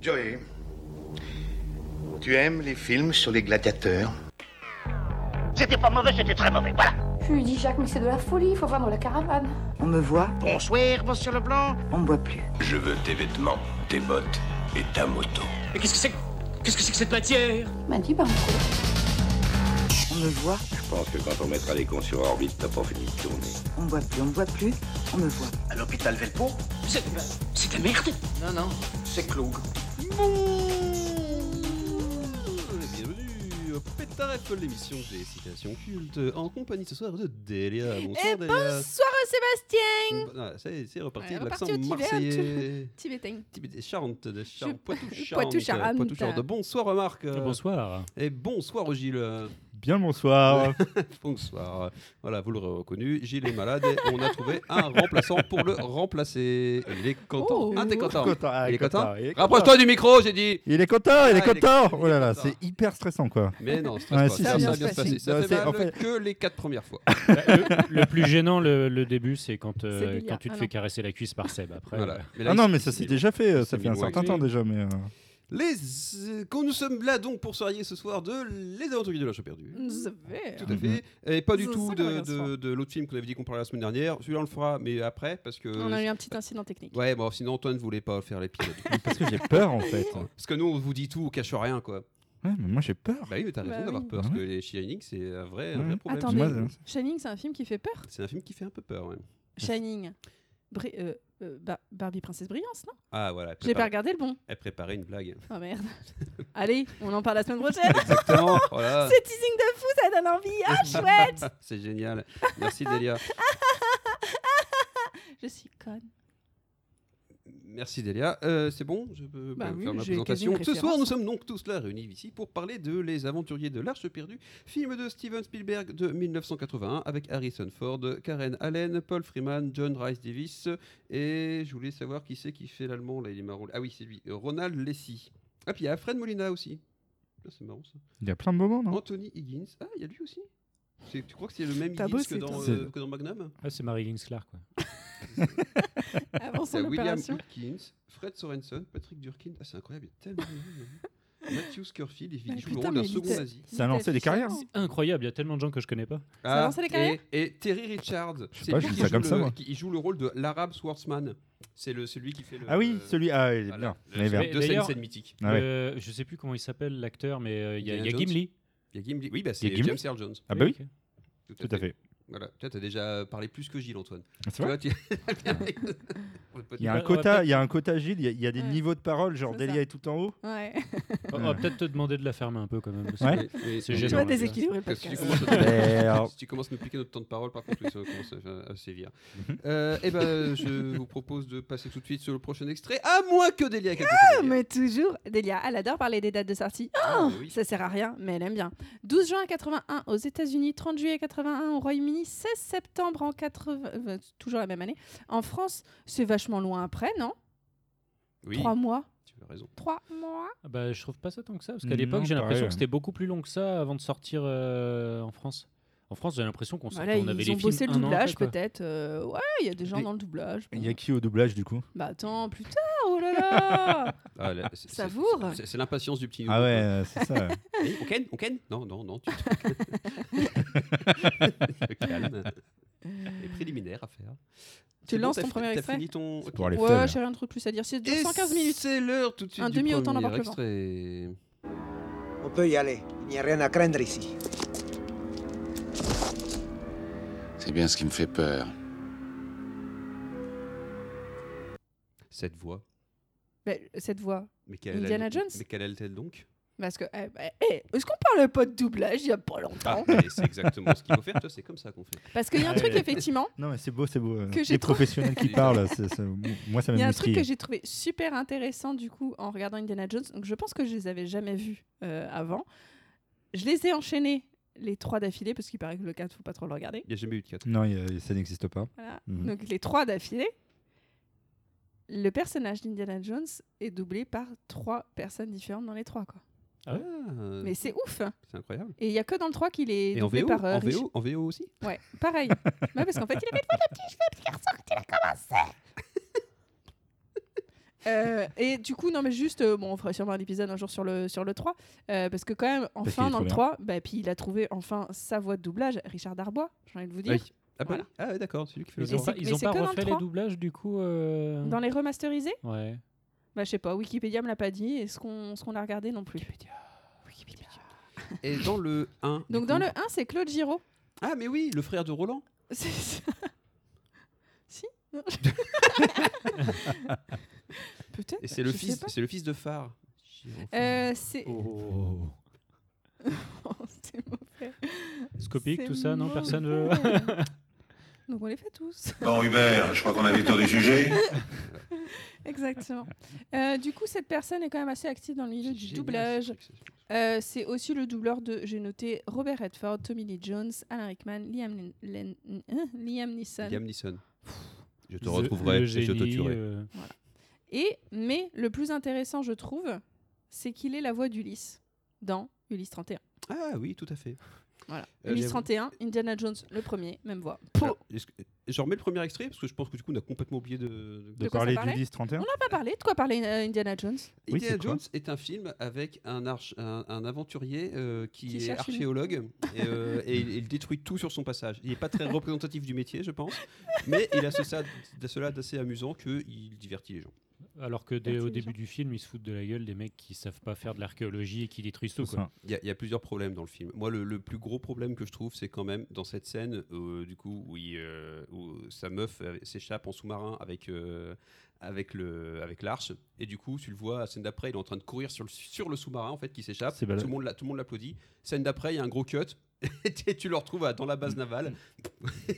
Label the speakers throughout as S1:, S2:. S1: Joey, tu aimes les films sur les gladiateurs
S2: C'était pas mauvais, c'était très mauvais, voilà.
S3: Je lui dis, Jacques, mais c'est de la folie, il faut vendre la caravane.
S4: On me voit,
S2: Bonsoir, monsieur Leblanc.
S4: on me voit plus.
S5: Je veux tes vêtements, tes bottes et ta moto.
S6: Mais qu'est-ce que c'est que- Qu'est-ce que c'est que cette matière
S3: Il m'a dit, bah, on court.
S4: On me voit,
S5: Je pense que quand on mettra les cons sur orbite, t'as pas fini de tourner.
S4: on me voit plus, on me voit plus, on me voit.
S2: À l'hôpital Velpo
S6: C'est ben, c'est de la merde
S2: Non, non, c'est Cloug.
S7: Bienvenue au Pétaref, l'émission des citations cultes, en compagnie ce soir de Delia. Bonsoir
S8: Et
S7: Delia.
S8: Bonsoir Sébastien
S7: Ah, c'est c'est reparti,
S8: Ouais,
S7: l'accent
S8: reparti au Tibet,
S7: marseillais.
S8: Tibétain.
S7: Tibet- Charente, de Char...
S8: Je-
S7: Poitou-Charente.
S8: Poitou-Charente.
S7: Poitou-Charente. Bonsoir Marc. euh,
S9: Bonsoir.
S7: Et bonsoir Gilles.
S9: Bien bonsoir.
S7: Bonsoir. Voilà, vous l'aurez reconnu, Gilles est malade et on a trouvé un remplaçant pour le remplacer. Il est content.
S8: Oh.
S7: Un des contents.
S9: Content, ah,
S7: Il est
S9: content,
S7: content.
S9: il est content.
S7: Rapproche-toi du micro, j'ai dit.
S9: Il est content, il
S7: Ah,
S9: est
S7: il est
S9: content.
S7: content, il
S9: Oh là
S7: est
S9: là,
S7: content.
S9: c'est hyper stressant quoi. Ah
S7: Mais non, stress
S9: Ouais,
S7: pas,
S9: si,
S7: ça
S8: si,
S7: va
S8: si,
S7: bien se
S8: si.
S7: passer. Ça
S9: Non,
S7: fait
S9: c'est-
S7: mal
S9: en fait-
S7: que les quatre premières fois.
S9: le, plus gênant, le, début, c'est quand,
S8: euh, C'est Delia. quand tu te Ah fais non.
S9: caresser la cuisse par Seb après.
S7: Voilà. Mais là,
S9: Ah
S7: il-
S9: non, mais ça s'est déjà fait, euh, ça
S7: c'est
S9: fait un
S7: Milwaukee.
S9: certain temps déjà, mais. euh,
S7: Les... euh, Quand nous sommes là donc pour soigner ce soir de Les Aventuriers de l'âge perdu. Tout à fait. Et pas du
S8: Ça,
S7: tout
S8: ça
S7: de,
S8: m'agace
S7: de,
S8: fort.
S7: de l'autre film qu'on avait dit qu'on parlait la semaine dernière. Celui-là, on le fera, mais après, parce que.
S8: On a eu un petit incident technique.
S7: Ouais, bon, sinon Antoine ne voulait pas faire l'épisode.
S9: Parce que j'ai peur en fait. Ouais,
S7: parce que nous, on vous dit tout, on cache rien, quoi.
S9: mais moi j'ai peur.
S7: Bah oui, mais t'as raison
S8: Bah
S7: d'avoir
S8: oui.
S7: peur, parce
S9: Ouais.
S7: que les Shining, c'est un vrai, un
S9: Ouais.
S7: vrai problème.
S8: Attendez,
S9: Moi, euh,
S8: Shining, c'est un film qui fait peur
S7: C'est un film qui fait un peu peur, ouais.
S8: Shining. Bri- euh, euh, Bar- Barbie Princesse Brillance, non
S7: Ah voilà, elle
S8: J'ai pas
S7: préparait,
S8: regardé le bon.
S7: elle préparait une blague.
S8: Oh merde. Allez, on en parle la semaine prochaine.
S7: Exactement, Oh voilà.
S8: C'est teasing de fou, ça donne envie. Ah, chouette
S7: C'est génial. Merci Delia.
S8: Je suis conne.
S7: Merci Delia. Euh, c'est bon, je peux
S8: Bah
S7: faire
S8: oui,
S7: ma
S8: j'ai
S7: présentation.
S8: quasi
S7: Ce
S8: une
S7: soir,
S8: référence.
S7: nous sommes donc tous là réunis ici pour parler de Les Aventuriers de l'Arche perdue, film de Steven Spielberg de 1981 avec Harrison Ford, Karen Allen, Paul Freeman, John Rice Davis et je voulais savoir qui c'est qui fait l'allemand là, il est marrant. Ah oui, c'est lui, Ronald Lacey. Ah puis il y a Fred Molina aussi. Ah, C'est marrant ça.
S9: Il y a plein de moments,
S8: Oh.
S9: non
S7: Anthony Higgins. Ah, il y a lui aussi. C'est- Tu crois que c'est le même
S8: T'as
S7: Higgins
S8: bossé,
S7: que dans,
S8: toi.
S7: euh, que dans Magnum
S9: Ah, c'est Mary Higgins Clark.
S8: Avant
S7: C'est
S8: son
S7: William
S8: opération.
S7: Hopkins, Fred Sorensen, Patrick Durkin. Ah, c'est incroyable, il y a tellement de monde. Matthew Scorefield, et il
S8: Mais
S7: joue le
S8: putain,
S7: rôle d'un
S8: mais
S7: second
S8: il-
S7: nazi.
S9: Ça a lancé des carrières.
S10: Incroyable, il y a tellement de gens que je connais pas.
S8: a lancé les
S7: et,
S8: carrières
S7: Ah, et Terry Richard, c'est
S9: pas,
S7: lui
S9: je dis
S7: qui
S9: ça
S7: joue,
S9: comme ça,
S7: le,
S9: moi.
S7: qui- il joue le rôle de l'arabe Swordsman. C'est le- celui qui fait le.
S9: Ah oui,
S7: euh,
S9: celui. Ah, il est
S7: voilà,
S9: bien.
S7: le-
S9: Mais vert.
S7: de scène,
S10: D'ailleurs-
S7: scène mythique.
S9: Ah ouais.
S10: Euh, je sais plus comment il s'appelle l'acteur, mais euh, il y a,
S7: Indiana
S10: il y a
S7: Jones.
S10: Gimli.
S7: Il y a Gimli. Oui, bah, c'est
S9: Gimli
S7: James Earl Jones.
S9: Ah bah oui,
S10: Ok.
S9: tout à fait.
S7: Voilà. Toi, t'as déjà parlé plus que Gilles, Antoine.
S9: C'est vrai Ah.
S7: tu vois, tu-
S9: Il y a un
S10: Ouais,
S9: quota,
S10: ouais,
S9: il y a un quota Gilles, il y a- il y a des
S8: Ouais.
S9: niveaux de parole, genre
S8: C'est
S9: Delia
S8: ça.
S9: est tout en haut.
S8: Ouais.
S10: On va Oh, peut-être te demander de la fermer un peu quand même. parce que-
S9: Ouais.
S7: Mais- mais-
S10: C'est
S7: mais-
S10: gênant, là,
S8: Tu vas
S10: tu vois.
S8: déséquilibrer le
S7: Parce que si tu
S8: podcast.
S7: commences à-
S9: Ben, Merde.
S7: Si tu commences à nous piquer notre temps de parole, par contre, oui, ça commence à, à- à sévir.
S9: Mhm.
S7: Euh, eh ben, je vous propose de passer tout de suite sur le prochain extrait, à moins que Delia ait quelque chose à dire.
S8: Ah, Mais toujours, Delia, elle adore parler des dates de sortie.
S7: Ah,
S8: Oh,
S7: oui.
S8: Ça sert à rien, mais elle aime bien. 12 juin 81 aux États-Unis, 30 juillet 81 au Royaume-Uni, 16 septembre en 80, euh, toujours la même année. En France, c'est vachement loin après, non
S7: Oui,
S8: Trois mois.
S7: tu as raison.
S8: Trois mois.
S10: Ah Bah, je trouve pas ça tant que ça, parce qu'à
S9: Non,
S10: l'époque, j'ai l'impression
S9: pareil.
S10: que c'était beaucoup plus long que ça avant de sortir euh, en France. En France, j'ai l'impression qu'on
S8: Voilà,
S10: sortait- on
S8: ils
S10: avait
S8: ont
S10: les films
S8: bossé le
S10: un an
S8: doublage
S10: après, quoi.
S8: peut-être. Euh, ouais, il y a des gens
S9: Mais-
S8: dans le doublage. bon.
S9: Il y a qui au doublage du coup
S8: Bah attends, plus tard, oh là là
S7: Ah, là, c'est- c'est-
S8: Savoure
S7: c'est- C'est l'impatience du petit.
S9: Ah
S7: nouveau,
S9: ouais, euh, c'est ça.
S7: quoi. Eh, on ken On ken Non, non, non. Tu... Le calme. Les préliminaires à faire. C'est
S8: lances
S7: t'as
S8: ton
S7: fi-
S8: premier
S7: t'as
S8: extrait
S7: fini ton... ok.
S9: Pour aller
S8: Ouais, j'ai rien de plus à dire. C'est
S7: Et
S8: 115 minutes.
S7: C'est l'heure tout de suite
S8: Un
S7: du
S8: demi autant
S7: premier
S8: d'embarquement.
S7: extrait.
S11: On peut y aller, il n'y a rien à craindre ici.
S5: C'est bien ce qui me fait peur.
S7: Cette voix.
S8: Mais cette voix.
S7: Mais quelle
S8: Indiana
S7: elle-
S8: Jones
S7: Mais quelle est-elle donc
S8: Parce que, eh, bah, eh, est-ce qu'on parlait pas de doublage il y a pas longtemps
S7: Ah, mais c'est exactement ce qu'il faut faire, toi, c'est comme ça qu'on fait.
S8: Parce qu'il y a un truc,
S10: Ouais.
S8: effectivement,
S9: Non, mais c'est beau, c'est beau. euh,
S8: Que j'ai
S9: les
S8: trop-
S9: professionnels qui parlent, c'est- c'est- moi ça
S8: il y a un
S9: m'amuse.
S8: truc que j'ai trouvé super intéressant du coup en regardant Indiana Jones. Donc je pense que je les avais jamais vus euh, avant. Je les ai enchaînés les trois d'affilée parce qu'il paraît que le 4 faut pas trop le regarder.
S7: Il n'y a jamais eu de 4.
S9: Non, il y a- ça n'existe pas.
S8: Voilà.
S9: Mhm.
S8: Donc les trois d'affilée. Le personnage d'Indiana Jones est doublé par trois personnes différentes dans les trois quoi.
S10: Ah ouais
S8: Mais c'est ouf. hein.
S7: c'est incroyable.
S8: Et il y a que dans le 3 qu'il est
S7: Euh. Et en
S8: doublé
S7: VO,
S8: par euh,
S7: en,
S8: Rich-
S7: VO, en VO aussi
S8: Ouais, pareil. ouais, parce qu'en fait, il avait une fois le petit cheveu, puis il est ressorti, il a commencé. Euh, et du coup, non, mais juste, euh, bon, on fera sûrement un épisode un jour sur le, sur le 3, euh, parce que quand même,
S9: Parce
S8: enfin,
S9: qu'il est
S8: dans le
S9: trop
S8: 3, bah, puis il a trouvé enfin sa voix de doublage, Richard Darbois, j'ai envie de vous dire.
S7: Oui. Ah, bah oui. Ah ouais, d'accord, c'est lui qui fait le
S10: Ils ont
S7: droit.
S10: pas,
S8: c'est-
S10: ils
S8: mais
S10: ont
S8: c'est
S10: pas
S8: que dans le
S10: refait les
S8: trois.
S10: doublages du coup. euh,
S8: Dans les remasterisés
S10: Ouais.
S8: Bah, je sais pas, Wikipédia me l'a pas dit, et ce qu'on ce qu'on a regardé non plus. Wikipédia.
S7: Et dans le 1.
S8: Donc, dans le 1, c'est Claude Giraud.
S7: Ah, mais oui, le frère de Roland.
S8: C'est ça. si Non. Peut-être.
S7: Et c'est le,
S8: je sais
S7: fils-
S8: pas.
S7: c'est le fils de Phare.
S8: Euh, c'est.
S7: Oh.
S8: c'est mauvais.
S10: Scopique,
S8: C'est
S10: tout ça, non Personne veut.
S8: mauvais. Donc on les fait tous.
S5: Bon, Hubert, je crois qu'on a vu tour du sujet.
S8: Exactement. Euh, du coup, cette personne est quand même assez active dans le milieu du
S7: Génial, ce
S8: doublage.
S7: truc, c'est-
S8: Euh, c'est aussi le doubleur de, j'ai noté, Robert Redford, Tommy Lee Jones, Alan Rickman, Liam, Nin- Len- hein, Liam Neeson.
S7: Liam Neeson. Je te
S10: The-
S7: retrouverai
S10: le
S7: et je te
S10: génie,
S7: tuerai.
S10: euh,
S8: Et, mais le plus intéressant, je trouve, c'est qu'il est la voix d'Ulysse dans Ulysse 31.
S7: Ah oui, tout à fait.
S8: Voilà.
S7: Euh,
S8: Ulysse
S7: j'avoue.
S8: 31, Indiana Jones, le premier, même voix. Pouh
S7: Alors, est-ce que- Je remets le premier extrait parce que je pense que du coup on a complètement oublié de. de-
S9: De
S8: quoi ça
S9: parler du 10-31
S8: parlait On n'a pas parlé. De quoi parler euh, Indiana Jones
S9: Oui,
S7: Indiana
S9: c'est quoi
S7: Jones est un film avec un, arch- un, un aventurier euh, qui,
S8: Qui
S7: est
S8: cherche une-
S7: archéologue et, euh, et il, il détruit tout sur son passage. Il n'est pas très représentatif du métier, je pense, mais il a ce- ça- de cela d'assez amusant qu'il divertit les gens.
S10: Alors que dès-
S8: Merci,
S10: au
S8: Michel.
S10: début du film, ils se foutent de la gueule des mecs qui savent pas faire de l'archéologie et qui détruisent tout.
S9: C'est
S10: Quoi.
S9: ça.
S7: Il y, a- il y a plusieurs problèmes dans le film. Moi, le, le plus gros problème que je trouve, c'est quand même dans cette scène euh, du coup où, il, euh, où sa meuf euh, s'échappe en sous-marin avec euh, avec le avec l'arche et du coup tu le vois. Scène d'après, il est en train de courir sur le sur le sous-marin en fait qui s'échappe. Tout
S9: C'est balade-
S7: le monde l'a- tout le monde l'applaudit. Scène d'après, il y a un gros cut. Et tu- tu le retrouves à- dans la base navale.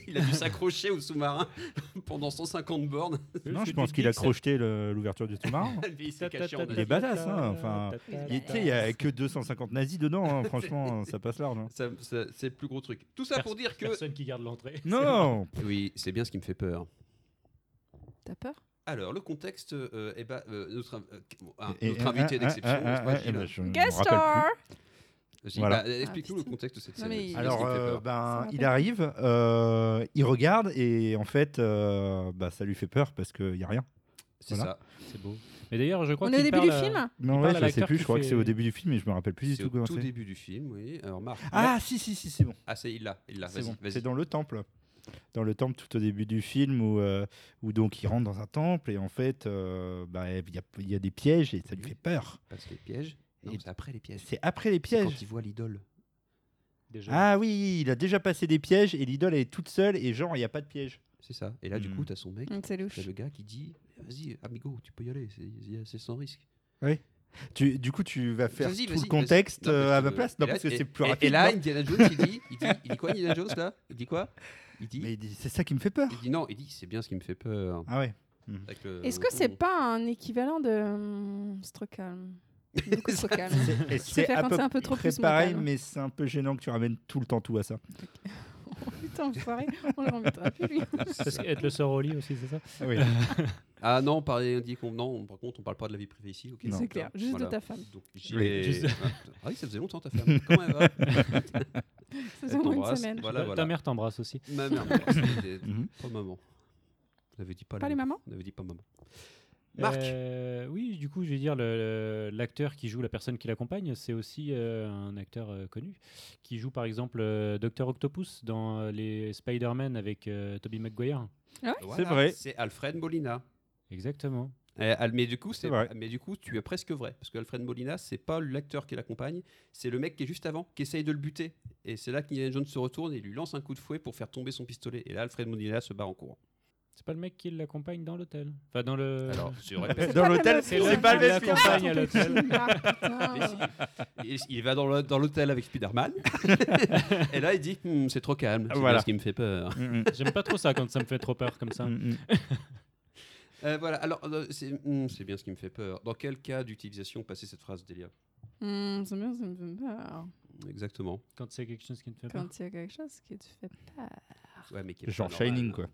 S7: il a dû s'accrocher au sous-marin pendant 150 bornes.
S9: Non, je pense qu'il a
S10: accroche.
S9: crocheté le- l'ouverture du sous-marin.
S7: Et il s'est caché en
S9: Il est badass, hein, enfin, Il- Tu sais, il n'y a que 250 nazis dedans, hein, franchement, ça passe large. hein.
S7: Ça- ça- C'est le plus gros truc. Tout ça pour dire que.
S10: Personne qui garde l'entrée.
S9: Non
S7: Oui, c'est bien ce qui me fait peur.
S8: T'as peur
S7: Alors, le contexte, euh, eh ben, euh, notre, inv- euh, bon, ah,
S9: Et-
S7: notre
S9: et-
S7: invité
S9: ah,
S7: d'exception,
S9: ah, ah,
S7: n'est-ce pas,
S9: ah,
S7: Gilles hein.
S9: eh ben, je me
S8: Guest
S9: rappelle plus.
S8: star
S7: Gilles,
S9: Voilà.
S7: bah, Explique-nous
S8: Ah,
S7: le
S8: putain.
S7: contexte de cette
S8: Non,
S7: scène.
S8: mais
S7: Gilles,
S8: il-
S7: qu'est-ce qui
S9: Alors,
S7: te fait
S9: euh,
S7: peur
S8: Ça
S9: ben,
S8: rappelle.
S9: il arrive, euh, il regarde et en fait, euh, bah, ça lui fait peur parce qu'il n'y a rien.
S7: c'est
S9: voilà.
S7: ça.
S10: C'est beau. Mais d'ailleurs, je crois
S8: On
S10: qu'il
S8: est au début du
S10: parle euh, à-
S8: film
S7: euh,
S9: Mais en
S10: Il
S9: vrai,
S10: parle à
S9: je sais
S10: l'acteur
S9: plus,
S10: qui
S9: je crois que
S10: fait-
S9: c'est au début du film et je me rappelle plus du
S7: C'est
S9: tout
S7: au
S9: comment
S7: tout
S9: c'est.
S7: début du film, oui. Alors, Marc.
S9: Ah, si, si, si, c'est bon.
S7: Ah, c'est il l'a, il l'a.
S9: C'est
S7: Vas-y,
S9: bon.
S7: vas-y.
S9: C'est dans le temple. Dans le temple, tout au début du film, où, euh, où donc il rentre dans un temple et en fait, euh, bah, il y, a- il y a des pièges et ça lui fait peur.
S7: Parce que les pièges. Non,
S9: Et-
S7: c'est après les pièges.
S9: C'est après les
S7: C'est Quand
S9: pièges.
S7: il voit l'idole.
S10: Déjà.
S9: Ah oui, il a déjà passé des pièges et l'idole elle est toute seule et genre, il n'y a pas de piège.
S7: C'est ça. Et là, du
S9: Hmm.
S7: coup, t'as son mec,
S8: Hum, C'est
S7: t'as
S8: louche.
S7: le gars qui dit Vas-y, amigo, tu peux y aller, c'est- il y a- c'est sans risque.
S9: Tu, du coup, tu vas faire
S7: Vas-y, vas-y,
S9: tout le
S7: vas-y.
S9: contexte
S7: Non,
S9: euh,
S7: parce
S9: à ma
S7: que-
S9: place.
S7: et
S9: Non,
S7: là-
S9: parce que
S7: et-
S9: c'est plus
S7: et-
S9: rapide.
S7: Et là,
S9: non.
S7: Indiana Jones, il dit Il dit, il dit quoi, Indiana Jones, là Il dit quoi Il
S9: Mais
S7: dit
S9: il dit, c'est ça qui me fait peur.
S7: Il dit non, il dit C'est bien ce qui me fait peur.
S9: Ah ouais.
S7: Avec le-
S8: Est-ce que c'est
S7: on-
S8: pas un équivalent de hum, Strocalm Beaucoup Strocalm.
S9: Et c'est
S8: préfère
S9: à
S8: quand
S9: peu
S8: c'est un peu trop
S9: près
S8: plus
S9: pareil,
S8: mental.
S9: mais c'est un peu gênant que tu ramènes tout le temps tout à ça.
S8: Oh, Putain, enfoiré, on le remettra plus lui.
S9: Ah.
S10: Parce qu'être le sort au lit aussi, c'est ça
S9: Oui.
S7: Ah non, par, non, par contre, on parle pas de la vie privée ici. ok,
S9: Non.
S8: C'est clair, juste de ta femme.
S7: Donc, j'y
S9: Oui,
S7: vais-
S10: juste-
S7: Ah, ah oui, ça faisait longtemps ta femme. Comment elle va
S8: Ça fait
S7: Elle
S8: au moins une
S7: t'embrasse.
S8: semaine.
S7: Voilà,
S10: Ta-
S7: voilà.
S10: Ta mère t'embrasse aussi.
S7: Ma mère. c'était
S9: Mhm.
S7: Pas maman. On avait dit pas,
S8: Pas
S7: la-
S8: les mamans
S7: On avait dit pas maman. Marc.
S10: Euh, Oui, du coup, je vais dire, le- le- l'acteur qui joue la personne qui l'accompagne, c'est aussi euh, un acteur euh, connu, qui joue par exemple euh, Docteur Octopus dans euh, les Spider-Man avec euh, Tobey Maguire.
S7: Voilà,
S9: vrai.
S7: C'est Alfred Molina.
S10: Exactement.
S7: Euh, Al- mais du coup, c'est
S9: C'est vrai.
S7: Mais du coup, tu es presque vrai parce qu'Alfred Molina, c'est pas l'acteur qui l'accompagne, c'est le mec qui est juste avant, qui essaye de le buter. Et c'est là qu'Indiana Jones se retourne et lui lance un coup de fouet pour faire tomber son pistolet. Et là, Alfred Molina se bat en courant.
S10: C'est pas le mec qui l'accompagne dans l'hôtel. Enfin, dans le.
S7: Alors, je
S8: C'est
S7: répète.
S9: Dans
S8: pas le
S9: l'hôtel,
S8: même
S9: c'est
S8: film.
S9: pas le même
S10: film.
S8: Putain,
S10: Campagne à
S8: ton petit
S10: l'hôtel.
S8: film, Marc, putain.
S7: Mais si. Il, il va dans le- dans l'hôtel avec Spider-Man. et là, il dit Hmm, C'est trop calme. C'est
S9: Voilà.
S7: bien ce qui me fait peur.
S9: Mm, mm,
S10: J'aime pas trop ça quand ça me fait trop peur comme ça.
S9: mm, mm.
S7: Euh, voilà, alors, euh, c'est hmm, c'est bien ce qui me fait peur. Dans quel cas d'utilisation passer cette phrase, Delia
S8: Hum, c'est bien, ça me fait peur.
S7: Exactement.
S10: Quand c'est quelque chose qui me fait peur.
S8: Quand il y a quelque chose qui te fait peur.
S7: Ouais, mais qui est
S9: Genre
S7: pas normal.
S9: Shining, quoi.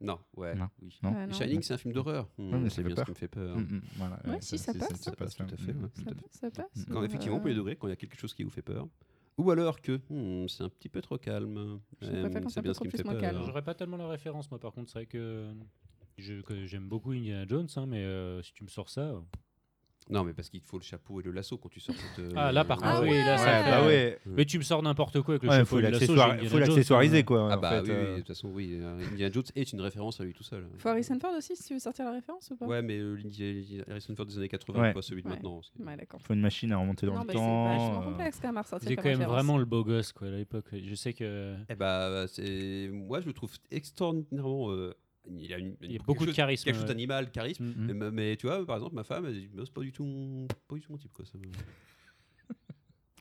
S7: Non, ouais.
S9: Non.
S7: oui.
S9: Non.
S8: Ah, non.
S7: Shining, c'est un film d'horreur. Hmm,
S9: Ouais, mais ça
S7: c'est
S9: fait
S7: bien ce
S9: peur.
S7: qui me fait peur.
S9: Mm, mm, voilà,
S8: Ouais,
S9: euh,
S8: si, ça passe.
S7: Ça passe, tout à fait,
S9: mm,
S7: ouais.
S9: mm.
S8: Ça, passe, ça passe.
S7: Quand,
S8: ou,
S7: effectivement,
S8: euh,
S7: pour les degrés, quand il y a quelque chose qui vous fait peur. Ou alors que hmm, c'est un petit peu trop calme.
S8: Je préfère
S7: Hmm,
S8: quand c'est
S7: c'est
S8: un
S7: bien
S8: peu
S7: ce qui me fait
S8: trop plus moins
S7: peur.
S8: calme.
S10: J'aurais pas tellement la référence, moi, par contre, c'est vrai que. Je- que J'aime beaucoup Indiana Jones, hein, mais euh, si tu me sors ça. euh,
S7: Non, mais parce qu'il te faut le chapeau et le lasso quand tu sors cette. euh,
S10: Ah là par
S7: euh,
S10: contre, oui, là ça
S9: Ouais,
S10: fait-
S9: bah ouais.
S10: Mais tu me sors n'importe quoi avec le
S9: Ouais,
S10: chapeau
S9: faut
S10: et le lasso,
S9: l'accessoir-
S10: j'ai Indiana
S9: faut
S10: Jones,
S9: l'accessoiriser,
S10: euh,
S9: quoi.
S7: Ah
S9: en
S7: bah oui,
S9: fait,
S7: oui, de
S9: euh.
S7: toute façon, oui. euh, Indiana Jones est une référence à lui tout seul.
S8: Faut Harrison Ford aussi, si tu veux sortir la référence ou pas
S7: Ouais, mais euh, l'Indiana- Harrison Ford des années 80,
S9: Ouais.
S7: pas celui de
S8: Ouais.
S7: maintenant. parce que-
S8: Ouais, d'accord.
S9: faut une machine à remonter dans
S8: Non,
S9: le
S8: mais c'est
S9: temps.
S8: vachement
S9: euh.
S8: complexe quand même à ressortir.
S10: C'était
S8: comme
S10: quand même
S8: référence.
S10: vraiment le beau gosse quoi à l'époque. Je sais que
S7: Eh bah, c'est moi, je le trouve extraordinairement. euh, il a, une-
S10: Il y a
S7: quelque
S10: beaucoup de
S7: chose-
S10: charisme,
S7: Quelque chose
S10: ouais.
S7: d'animal, charisme.
S10: Mm.
S7: Mais, mais tu vois, par exemple, ma femme, elle dit, Mais c'est pas du tout, mon- pas du tout mon type. Quoi, ça me-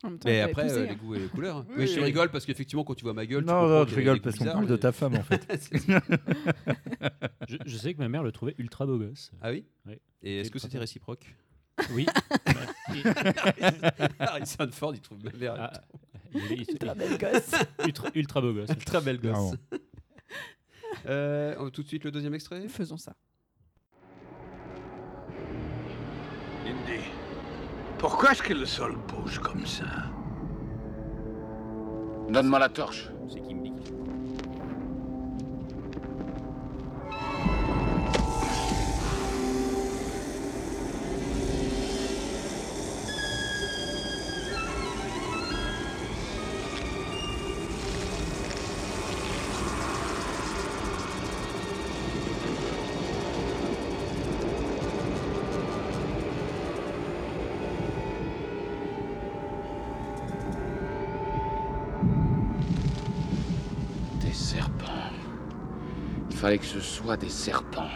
S8: En même temps,
S7: Mais
S8: t'avais
S7: après,
S8: poussé,
S7: euh,
S8: hein.
S7: les goûts et les couleurs.
S8: Oui,
S7: mais je
S8: oui.
S7: rigole parce qu'effectivement, quand tu vois ma gueule, tu
S9: Non,
S7: comprends
S9: non,
S7: qu'il y
S9: je
S7: a des
S9: rigole
S7: goûts
S9: parce qu'on
S7: bizarres,
S9: parle de
S7: mais-
S9: ta femme, en fait.
S7: C'est-
S10: je, je sais que ma mère le trouvait ultra beau gosse.
S7: ah oui
S10: Ouais.
S7: Et est-ce
S10: C'est
S7: que
S10: le
S7: c'était
S10: printemps.
S7: réciproque Ah,
S10: Oui.
S7: Harrison Ford, il trouve ma mère
S10: Ah, il- il-
S8: Ultra belle gosse.
S10: ultra, ultra beau gosse.
S7: très belle
S9: Clairement.
S7: Euh, on- tout de suite le deuxième extrait
S8: Faisons ça.
S5: Indy, pourquoi est-ce que le sol bouge comme ça
S2: Donne-moi la torche.
S7: C'est qui me dit
S2: Des serpents. Il fallait que ce soit des serpents.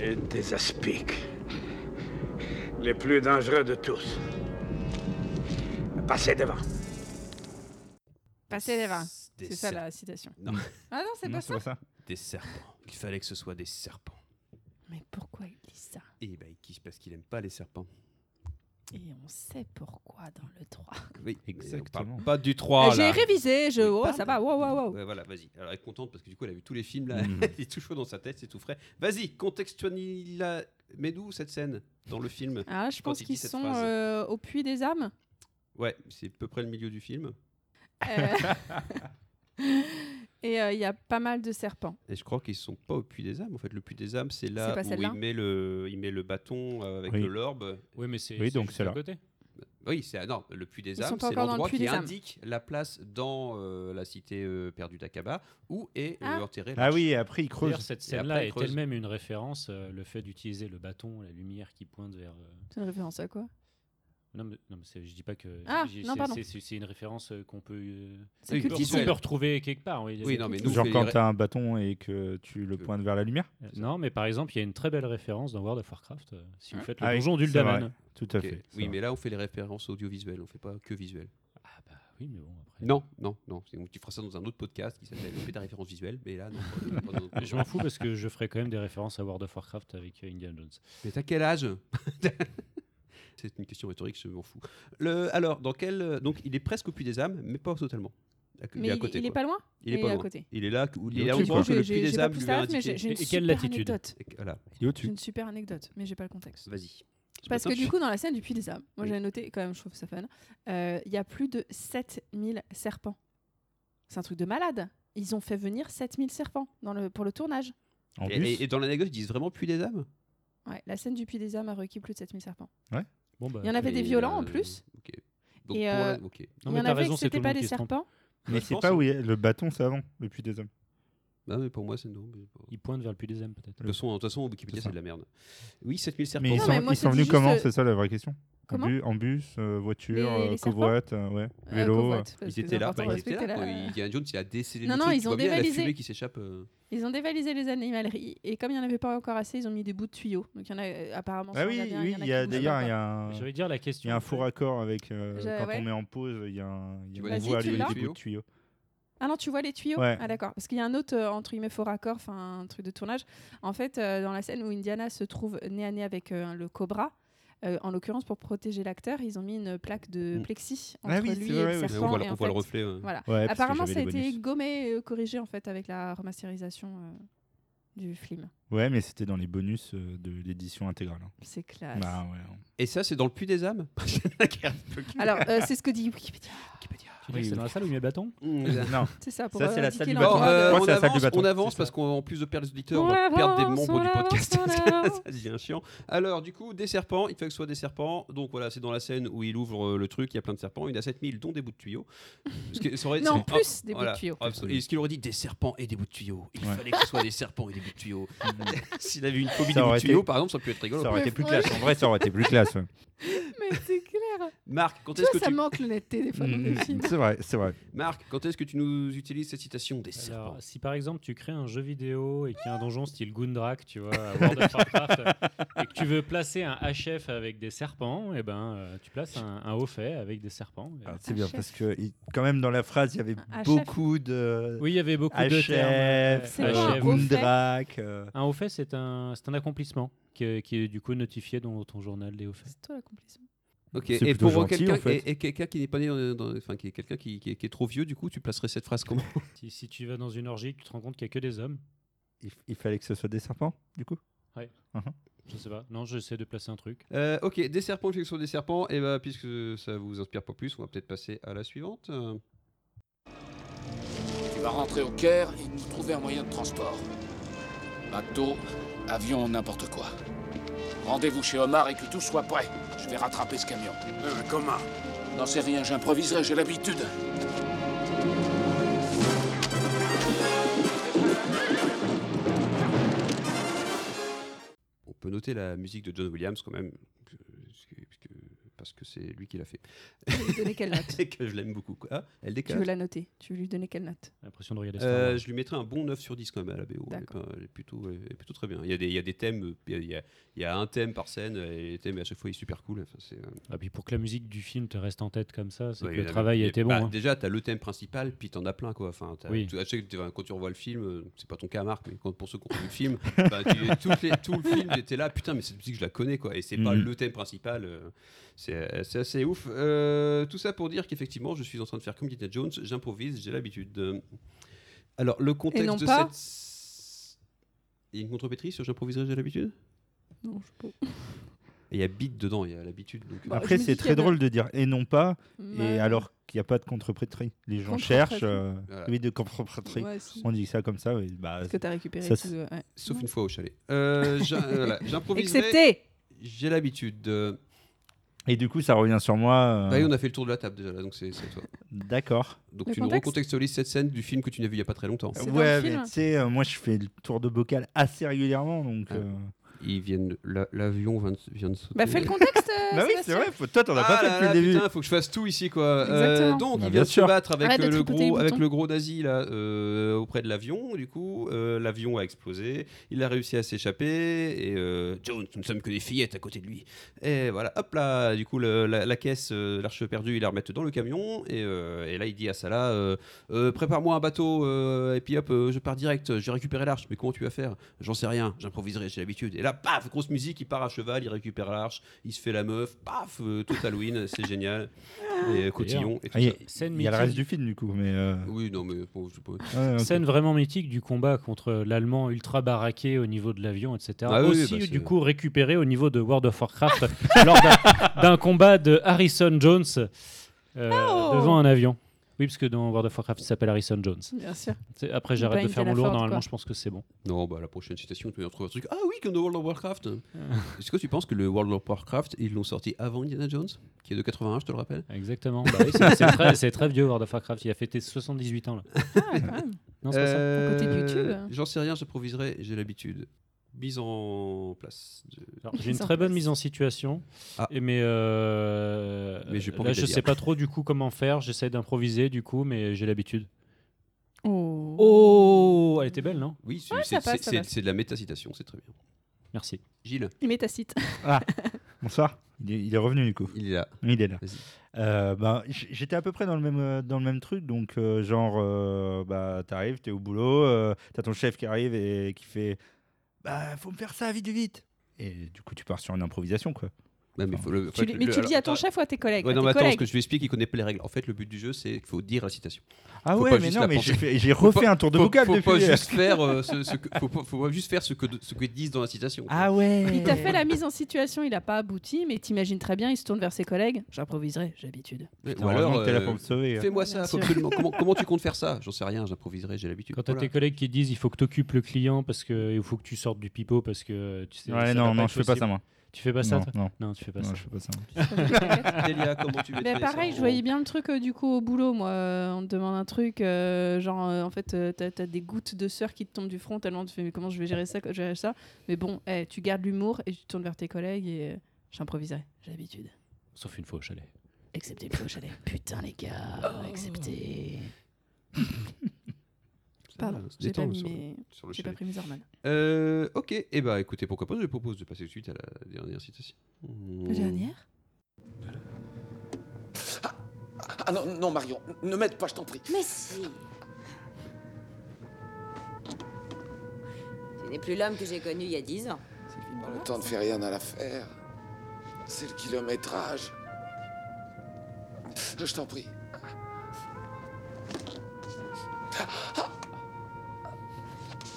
S5: Et des aspics. Les plus dangereux de tous. Passez devant.
S8: Passer les vins.
S7: Des
S8: C'est ça
S7: serpents.
S8: la citation.
S7: Non.
S8: Ah non, c'est
S9: Non,
S8: pas
S9: c'est
S8: ça.
S9: pas ça.
S7: Des serpents. Il fallait que ce soit des serpents.
S8: Mais pourquoi il dit ça
S7: Et bah, il kiffe parce qu'il aime pas les serpents.
S8: Et on sait pourquoi dans le 3.
S7: Oui,
S9: Exactement.
S7: Pas du 3.
S8: Eh, Ah, J'ai révisé, je. Oh,
S7: Oh Pardon.
S8: ça va, waouh, waouh, waouh.
S7: Ouais, voilà, vas-y. Alors, elle est contente parce que du coup, elle a vu tous les films là.
S9: Mhm.
S7: il est tout chaud dans sa tête, c'est tout frais. Vas-y, contextualise. Mais d'où cette scène dans le film
S8: Ah, je
S7: Quand
S8: pense
S7: il dit
S8: qu'ils
S7: cette
S8: sont
S7: phrase.
S8: euh, au puits des âmes.
S7: Ouais, c'est à peu près le milieu du film.
S8: Euh, Et euh, il y a pas mal de serpents.
S7: Et je crois qu'ils sont pas au puits des âmes. En fait, le puits des âmes, c'est
S8: C'est
S7: là
S8: pas
S7: où
S8: celle-là
S7: il met le, il met le bâton euh, avec
S9: Oui.
S7: le lorbe.
S10: Oui, mais c'est
S9: Oui,
S10: c'est
S9: donc
S10: juste
S9: c'est
S10: à
S9: là.
S10: côté.
S7: Oui, c'est non, le puits des
S8: Ils sont
S7: âmes,
S8: pas
S7: c'est
S8: encore dans le
S7: l'endroit
S8: puits
S7: qui
S8: des âmes.
S7: indique la place dans euh, la cité euh, perdue d'Akaba où est euh,
S8: Ah.
S7: enterré.
S9: Ah
S7: l'arche.
S9: oui, après, il
S10: D'ailleurs,
S9: creuse.
S10: cette
S7: Et
S10: scène-là
S7: après, il
S10: est
S7: creuse.
S10: elle-même une référence, euh, le fait d'utiliser le bâton, la lumière qui pointe vers. euh,
S8: C'est une référence à quoi
S10: Non, mais, non, mais c'est- je dis pas que.
S8: Ah,
S10: j'ai-
S8: non,
S10: c'est-
S8: pardon.
S10: c'est- C'est c'est une référence euh, qu'on peut. euh,
S8: C'est
S7: Oui,
S10: qu'on peut-
S7: culturel.
S10: qu'on peut retrouver quelque part. oui.
S7: Oui, non, mais nous,
S9: Genre
S7: c'est-
S9: quand t'as un bâton et que tu le
S7: Que-
S9: pointes vers la lumière
S10: Euh, Non, mais par exemple, il y a une très belle référence dans World of Warcraft. euh, si
S7: Hein
S10: vous faites le
S9: Ah oui,
S10: donjon
S9: c'est
S10: d'Uldaman.
S9: vrai, Tout à
S7: Ok.
S9: fait. c'est
S7: Oui,
S9: vrai.
S7: mais là, on fait les références audiovisuelles, on fait pas que visuel.
S10: Ah, bah oui, mais bon, après.
S7: Non, non, non. c'est- Tu feras ça dans un autre podcast qui s'appelle On fait ta référence visuelle, mais là, non. pas- pas dans notre-
S10: Je m'en fous parce que je ferai quand même des références à World of Warcraft avec euh, Indiana Jones.
S7: Mais t'as quel âge C'est une question rhétorique, je m'en fous. Le, alors, dans quel. euh, Donc, il est presque au puits des âmes, mais pas totalement. À- il
S8: Mais
S7: est à
S8: il-
S7: côté.
S8: il est
S7: quoi.
S8: pas loin
S7: il est
S8: mais
S7: pas
S8: il est à
S7: loin.
S8: côté.
S7: Il est là, où-
S9: Il est
S7: il est là où
S9: au-dessus, quoi.
S7: que le
S8: J'ai-
S7: puits
S8: j'ai
S7: des
S8: pas
S7: âmes
S8: poussé
S7: lui
S8: la
S7: a
S8: ref, mais
S7: indiqué.
S8: j'ai j'ai une
S10: Et quelle
S8: super
S10: latitude
S8: anecdote.
S7: Et que- Voilà,
S9: Il est
S8: J'ai
S9: au-dessus.
S8: une super anecdote, mais j'ai pas le contexte.
S7: vas-y. Ce
S8: Parce que
S7: matin,
S8: du
S7: je-
S8: coup, dans la scène du Puy des âmes, moi
S7: Oui.
S8: j'avais noté, quand même, je trouve ça fun, euh, il y a plus de 7000 serpents. C'est un truc de malade. Ils ont fait venir 7000 serpents dans le, pour le tournage.
S9: En
S7: Et,
S9: plus,
S7: et- et dans l'anecdote, ils disent vraiment puits des âmes
S8: Ouais, la scène du Puy des âmes a requis plus de 7000 serpents.
S10: Bon, bah.
S8: Il y en avait des
S7: Et,
S8: violents en
S7: euh,
S8: plus.
S7: Ok. Donc, pour
S8: Et,
S7: la-
S8: euh,
S7: ok.
S10: Non,
S8: il y
S10: mais
S8: en
S10: t'as
S8: avait que
S10: raison, c'est tout
S8: c'était
S10: le
S8: pas
S10: monde
S8: des
S10: qui se trompe.
S8: serpents.
S9: mais
S7: je
S9: c'est
S7: pense,
S9: pas
S7: hein.
S9: où il y a- le bâton, c'est avant, le puits des hommes.
S7: Non, mais pour moi, c'est non. mais bon.
S10: Il pointe vers le puits des âmes, peut-être.
S7: De toute façon, de toute façon, Wikipédia,
S9: C'est ça.
S7: c'est de la merde. Oui, 7000 serpents.
S9: Mais ils
S8: Non,
S9: sont,
S8: mais moi,
S9: ils
S8: je
S9: sont
S8: te dis
S9: venus
S8: juste,
S9: comment
S8: euh,
S9: C'est ça la vraie question. En
S8: comment
S9: bu- En bus, euh, voiture,
S8: Les- les
S9: euh,
S8: serpents
S9: covoite, euh, ouais,
S8: Euh,
S9: vélo. euh.
S8: Covoite, parce
S7: Ils
S8: que euh,
S7: étaient là,
S8: l'important,
S7: bah, ils
S8: respecter
S7: étaient là. quoi.
S8: la-
S7: Indiana Jones, il a décédé
S8: Non,
S7: le
S8: non,
S7: truc,
S8: ils
S7: tu
S8: ont
S7: vois bien la
S8: dévalisé.
S7: fumée qui s'échappe. euh.
S8: Ils ont dévalisé les animaleries et comme il n'y en avait pas encore assez, ils ont mis des bouts de tuyaux. Donc il y en a euh, apparemment.
S9: Ah
S8: sans
S9: oui,
S8: gardien,
S9: oui,
S8: en
S9: il y a
S8: qui bougent
S9: d'ailleurs
S8: pas.
S9: il y a un-
S10: J'allais dire la
S9: il
S10: question.
S9: y a un faux raccord avec euh,
S8: J'avais-
S9: quand
S8: ouais.
S9: on met en pause, il y a un il y
S7: Tu
S9: a une
S7: vois les
S9: voie à
S8: tuyaux,
S9: lui-
S8: là
S9: des bouts de tuyaux.
S8: Ah non, tu vois les tuyaux
S9: Ouais.
S8: Ah d'accord. Parce qu'il y a un autre, euh, entre guillemets, faux raccord, enfin un truc de tournage. En fait, euh, dans la scène où Indiana se trouve nez à nez avec euh, le cobra, euh, en l'occurrence pour protéger l'acteur, ils ont mis une plaque de
S7: Mm.
S8: plexi entre
S9: Ah oui, c'est
S8: lui et
S9: vrai,
S8: le
S9: oui.
S7: Mais
S8: serpent.
S7: on voit, le-
S8: et
S7: on
S8: en
S7: voit le
S8: fait-
S7: reflet. ouais.
S8: Voilà.
S9: Ouais, parce que
S8: Apparemment,
S9: j'avais
S8: ça a
S9: les
S8: été
S9: bonus.
S8: gommé, euh, corrigé en fait avec la remasterisation euh, du film.
S9: Ouais, mais c'était dans les bonus euh, de l'édition intégrale. hein.
S8: C'est classe.
S9: Bah ouais.
S7: Et ça, c'est dans le puits des âmes
S8: Alors, euh, c'est ce que dit Wikipédia.
S10: Tu dis que c'est dans la salle où il y a bâton
S9: Euh, Non.
S8: C'est ça, pour
S9: Ça, c'est la
S8: indiquer
S9: salle du
S8: l'endroit
S9: bâton.
S7: Bon, euh,
S9: Bah, Je crois
S7: on,
S9: que c'est la salle du
S7: avance,
S9: bâton,
S7: on avance
S9: c'est
S7: parce
S9: ça.
S7: qu'en plus de perdre des auditeurs, on
S8: On
S7: va
S8: avance,
S7: perdre des
S8: on
S7: membres du
S8: avance,
S7: podcast.
S8: on
S7: ça
S8: avance.
S7: devient chiant. Alors, du coup, des serpents, il faut que ce soit des serpents. Donc voilà, c'est dans la scène où il ouvre euh, le truc, il y a plein de serpents. Il y en a 7000, dont des bouts de tuyaux. Parce que ça aurait-
S8: Non,
S7: c'est-
S8: plus des bouts de
S7: voilà.
S8: tuyaux.
S7: Ah, Et ce qu'il aurait dit, des serpents et des bouts de tuyaux. Il
S9: Ouais.
S7: fallait que ce soit des serpents et des bouts de tuyaux. S'il avait une phobie des bouts de
S9: Ça aurait été-
S7: tuyaux, par exemple, ça peut être rigolo.
S9: Ça aurait été plus
S8: Ouais.
S9: classe. En vrai, ça aurait été plus classe. ouais.
S8: Mais c'est clair.
S7: Marc, quand
S8: Tu
S7: est-ce
S8: vois,
S7: que
S8: ça
S7: tu...
S8: manque l'honnêteté des fois dans les films.
S9: Mm, c'est vrai, c'est vrai.
S7: Marc, quand est-ce que tu nous utilises cette citation des serpents
S10: Alors, si par exemple tu crées un jeu vidéo et qu'il y a un donjon style Gundrak, tu vois, à World of Warcraft, et que tu veux placer un HF avec des serpents, et ben euh, tu places un, un haut fait avec des serpents.
S7: Ah,
S8: Ah,
S10: Et-
S9: Ah, C'est bien parce que il- quand même dans la phrase, il y avait
S8: Un chef.
S9: beaucoup de
S10: Oui, il y avait beaucoup de termes.
S9: HF,
S8: C'est
S10: euh,
S8: quoi un
S10: HF.
S8: haut fait
S9: Gundrak. euh,
S10: Un haut fait, c'est un, c'est un accomplissement qui, est- qui est du coup notifié dans ton journal des hauts faits.
S8: C'est toi l'accomplissement.
S7: Ok,
S9: C'est
S7: et
S9: plutôt
S7: pour
S9: gentil,
S7: quelqu'un
S9: en fait.
S7: et- et quelqu'un qui n'est pas né dans, dans- enfin qui est quelqu'un qui, qui est- qui est trop vieux du coup tu placerais cette phrase comment
S10: Si, si tu vas dans une orgie, tu te rends compte qu'il n'y a que des hommes.
S9: Il, il fallait que ce soit des serpents, du coup.
S10: Je sais pas. Non, j'essaie de placer un truc.
S7: Euh, ok, des serpents, fiction des serpents. Et bah, puisque ça vous inspire pas plus, on va peut-être passer à la suivante. Euh,
S2: Tu vas rentrer au Caire et nous trouver un moyen de transport. Bateau, avion, n'importe quoi. Rendez-vous chez Omar et que tout soit prêt. Je vais rattraper ce camion.
S5: Euh, comment
S2: N'en sais rien, j'improviserai, j'ai l'habitude.
S7: on peut noter la musique de John Williams quand même, euh, parce que- parce que- parce que c'est lui qui l'a fait.
S8: Tu veux lui donner quelle note
S7: Et que je l'aime beaucoup. Quoi. Ah, elle
S8: Tu veux
S7: décale.
S8: la noter Tu veux lui donner quelle note
S10: J'ai L'impression de regarder Star
S7: Euh,
S10: Wars.
S7: je lui mettrais un bon 9 sur 10 quand même à la BO. Elle est,
S8: D'accord.
S7: pas- elle est plutôt, elle est plutôt très bien. Il y a des, il y a des thèmes, euh, il y a- il y, a, il y a un thème par scène, et les thèmes à chaque fois il est super cool. Enfin, c'est, euh,
S10: Ah, puis pour que la musique du film te reste en tête comme ça, c'est
S7: Ouais,
S10: que
S7: il y
S10: le
S7: en
S10: travail a
S7: il y
S10: été bon.
S7: bah,
S10: hein.
S7: Déjà, tu as le thème principal, puis t'en as plein. Quoi. Enfin, t'as-
S10: Oui.
S7: tu- à chaque- tu vois, quand tu revois le film, euh, c'est pas ton cas, Marc, mais quand- pour ceux qui ont vu le film, bah, tu- toutes les- tout le film, j'étais là, putain, mais cette musique, je la connais. Quoi. Et c'est pas
S10: Mm.
S9: Mhm.
S7: le thème principal. euh, c'est euh, c'est assez ouf. Euh, tout ça pour dire qu'effectivement, je suis en train de faire comme Dina Jones, j'improvise, j'ai l'habitude. Euh, Alors, le contexte
S8: non
S7: de
S8: pas
S7: cette. Il y a une contrepétrie sur J'improviserai, j'ai l'habitude
S8: Non, je peux.
S7: Et Il y a beat dedans, il y a l'habitude. donc,
S8: Bon,
S9: Après,
S8: Bah, je
S9: c'est
S8: me dis qu'il y
S9: très
S8: a de-
S9: drôle de dire et non pas,
S8: Ouais.
S9: et alors qu'il n'y a pas de contreprétrie. Les gens
S8: Contre-prêtrie.
S9: cherchent. euh,
S7: Voilà.
S9: Oui, de contreprétrie.
S8: Ouais, si.
S9: On dit ça comme ça. oui, bah,
S8: Parce que t'as récupéré
S9: ça,
S8: tout,
S9: c'est-
S8: ouais.
S7: Sauf
S8: Ouais.
S7: une fois au chalet. Euh, j'im- voilà, J'improviserai.
S8: Excepté
S7: J'ai l'habitude. euh,
S9: et du coup, ça revient sur moi. euh,
S7: Bah oui, on a fait le tour de la table déjà, là, donc c'est c'est à toi.
S9: D'accord.
S7: Donc
S8: Le
S7: tu nous
S8: contexte
S7: recontextualises cette scène du film que tu n'as vu il n'y a pas très longtemps.
S8: C'est dans
S9: Ouais,
S8: le film.
S9: mais tu sais, euh, moi, je fais le tour de bocal assez régulièrement, donc.
S7: Ah.
S9: euh,
S7: Ils viennent, la- l'avion vient de- vient de sauter.
S8: Bah fais le contexte euh,
S9: Bah oui, c'est
S8: Sébastien.
S9: vrai. faut- Toi, t'en as
S7: Ah
S9: pas fait
S7: là
S9: depuis le
S7: là,
S9: début.
S7: putain, faut que je fasse tout ici quoi. Euh,
S8: Exactement.
S7: donc
S9: Bah,
S7: il
S9: bien
S7: vient de se
S9: sûr.
S7: battre avec,
S8: Arrête de
S7: euh, le,
S8: tripoter les
S7: gros, avec
S8: boutons.
S7: le gros nazi là euh, auprès de l'avion. Du coup, Euh, l'avion a explosé. Il a réussi à s'échapper et euh, Jones, nous ne sommes que des fillettes à côté de lui. Et voilà, hop là. Du coup, le- la, la caisse, euh, l'arche perdue, il la remettent dans le camion et, euh, et là il dit à Salah, euh, Euh, prépare-moi un bateau euh, et puis hop, euh, je pars direct. J'ai récupéré l'arche. Mais comment tu vas faire J'en sais rien. J'improviserai, j'ai l'habitude. Et là, paf, grosse musique. Il part à cheval, il récupère l'arche, il se fait la meuf, paf, euh, tout Halloween, c'est génial. Et euh, cotillon. Et tout
S9: Ah, il y
S7: ça.
S9: a-
S10: Scène
S9: il y a le
S10: mythique.
S9: reste du film, du coup, mais. euh,
S7: Oui, non, mais bon, je sais pas.
S9: ouais, ok.
S10: Scène vraiment mythique du combat contre l'allemand ultra baraqué au niveau de l'avion, etc.
S7: Ah oui,
S10: Aussi,
S7: bah, c'est-
S10: du coup, récupéré au niveau de World of Warcraft lors d'un- d'un combat de Harrison Jones euh,
S8: Oh.
S10: devant un avion. Oui, parce que dans World of Warcraft, il s'appelle Harrison Jones.
S8: Bien sûr.
S10: C'est- Après,
S8: Ou
S10: j'arrête
S8: pas
S10: de faire mon
S8: Indiana
S10: lourd.
S8: Ford,
S10: Normalement,
S8: quoi.
S10: je pense que c'est bon.
S7: Non, bah la prochaine citation, tu vas trouver un truc. Ah oui, comme dans World of Warcraft. Est-ce que tu penses que le World of Warcraft, ils l'ont sorti avant Indiana Jones, qui est de 81, je te le rappelle
S10: Exactement. Bah oui, c'est- c'est très, c'est très vieux World of Warcraft. Il a fêté 78 ans là.
S8: Ah, quand même.
S10: Non, c'est pas ça.
S7: Euh,
S9: Euh,
S8: À côté de YouTube, hein.
S7: J'en sais rien, j'improviserai, j'ai l'habitude. Mise en place. de-
S10: Alors, J'ai une
S8: Mise en
S10: très bonne
S8: place.
S10: mise en situation,
S7: Ah.
S10: Et mais, euh,
S7: Mais j'ai pas
S10: là
S7: envie de
S10: je
S7: la
S10: sais
S7: dire.
S10: pas trop du coup comment faire. J'essaie d'improviser du coup, mais j'ai l'habitude.
S8: Oh.
S10: Oh, elle était belle, non
S7: Oui, c'est
S8: Ouais, ça
S7: c'est-
S8: passe, ça
S7: c'est-
S8: passe.
S7: c'est de la métacitation, c'est très bien.
S10: Merci.
S7: Gilles,
S8: Il met ta cite.
S9: Bonsoir. Il est, il est revenu, du coup.
S7: il est là.
S9: Il est là.
S7: Vas-y.
S9: Euh, bah, j- j'étais à peu près dans le même, euh, dans le même truc, donc euh, genre, euh, bah, t'arrives, t'es au boulot, euh, t'as ton chef qui arrive et qui fait Bah, faut me faire ça vite, vite. Et du coup, tu pars sur une improvisation, quoi.
S7: Ouais, mais faut le- en
S8: Tu
S7: fait,
S8: le- mais
S7: le-
S8: tu le dis
S7: alors,
S8: à ton chef ou à tes collègues
S7: Ouais,
S8: À
S7: non,
S8: tes
S7: mais attends, ce
S8: collègues.
S7: que je lui explique, il connaît pas les règles. En fait, le but du jeu, c'est qu'il faut dire la citation.
S9: Ah
S7: Faut
S9: ouais,
S7: pas
S9: mais
S7: juste
S9: non,
S7: la
S9: mais
S7: penser.
S9: j'ai fait- j'ai
S7: Faut
S9: refait
S7: pas-
S9: un tour de
S7: faut-
S9: bocal
S7: faut
S9: depuis
S7: Pas
S9: hier.
S7: juste faire, euh, ce, ce que, faut, pas- faut pas juste faire ce que ce qu'ils disent dans la citation.
S9: Ah ouais.
S8: Il t'a fait la mise en situation, il n'a pas abouti, mais t'imagines très bien, il se tourne vers ses collègues. J'improviserai, j'ai l'habitude.
S7: Mais- euh,
S9: Putain, heureusement que t'es là pour me sauver, hein.
S7: Fais-moi ça,
S8: Bien
S7: faut
S8: sûr.
S7: absolument. Comment, comment tu comptes faire ça J'en sais rien, j'improviserai, j'ai l'habitude.
S10: Quand t'as
S7: Voilà.
S10: tes collègues qui disent il faut que t'occupes le client parce que il faut que tu sortes du pipeau parce que euh, tu sais.
S9: Ouais,
S10: ça
S9: non,
S10: va
S9: non,
S10: être
S9: je fais pas
S10: possible.
S9: ça, moi.
S10: Tu fais pas ça
S9: Non,
S10: toi
S9: non.
S10: je fais pas
S9: Non,
S10: ça.
S9: je fais pas ça.
S7: Delia, comment tu
S8: Mais
S7: maîtrises
S8: Ben, pareil,
S7: ça
S8: je voyais bien le truc euh, du coup au boulot. Moi, Euh, on te demande un truc, euh, genre euh, en fait, euh, t'as t'as des gouttes de sueur qui te tombent du front tellement tu fais mais comment je vais gérer ça, je gérer ça. Mais bon, eh, tu gardes l'humour et tu te tournes vers tes collègues et euh, j'improviserai, j'ai l'habitude.
S10: Sauf une fois au chalet.
S8: Excepté le prochain. Putain les gars, excepté.
S7: va,
S8: Pardon,
S7: on se
S8: j'ai pas
S7: détend
S8: mis
S7: sur le-
S8: mes-
S7: sur le
S8: j'ai pas
S7: chalet.
S8: pris mes hormones.
S7: Euh, ok, et eh ben écoutez, pourquoi pas, je propose de passer tout de suite à la dernière citation.
S8: La dernière
S2: Ah non, non, Marion, ne m'aide pas, je t'en prie.
S12: Mais si Tu n'es plus l'homme que j'ai connu il y a dix ans.
S2: Le temps ne fait rien à l'affaire. C'est le kilométrage. Je t'en prie.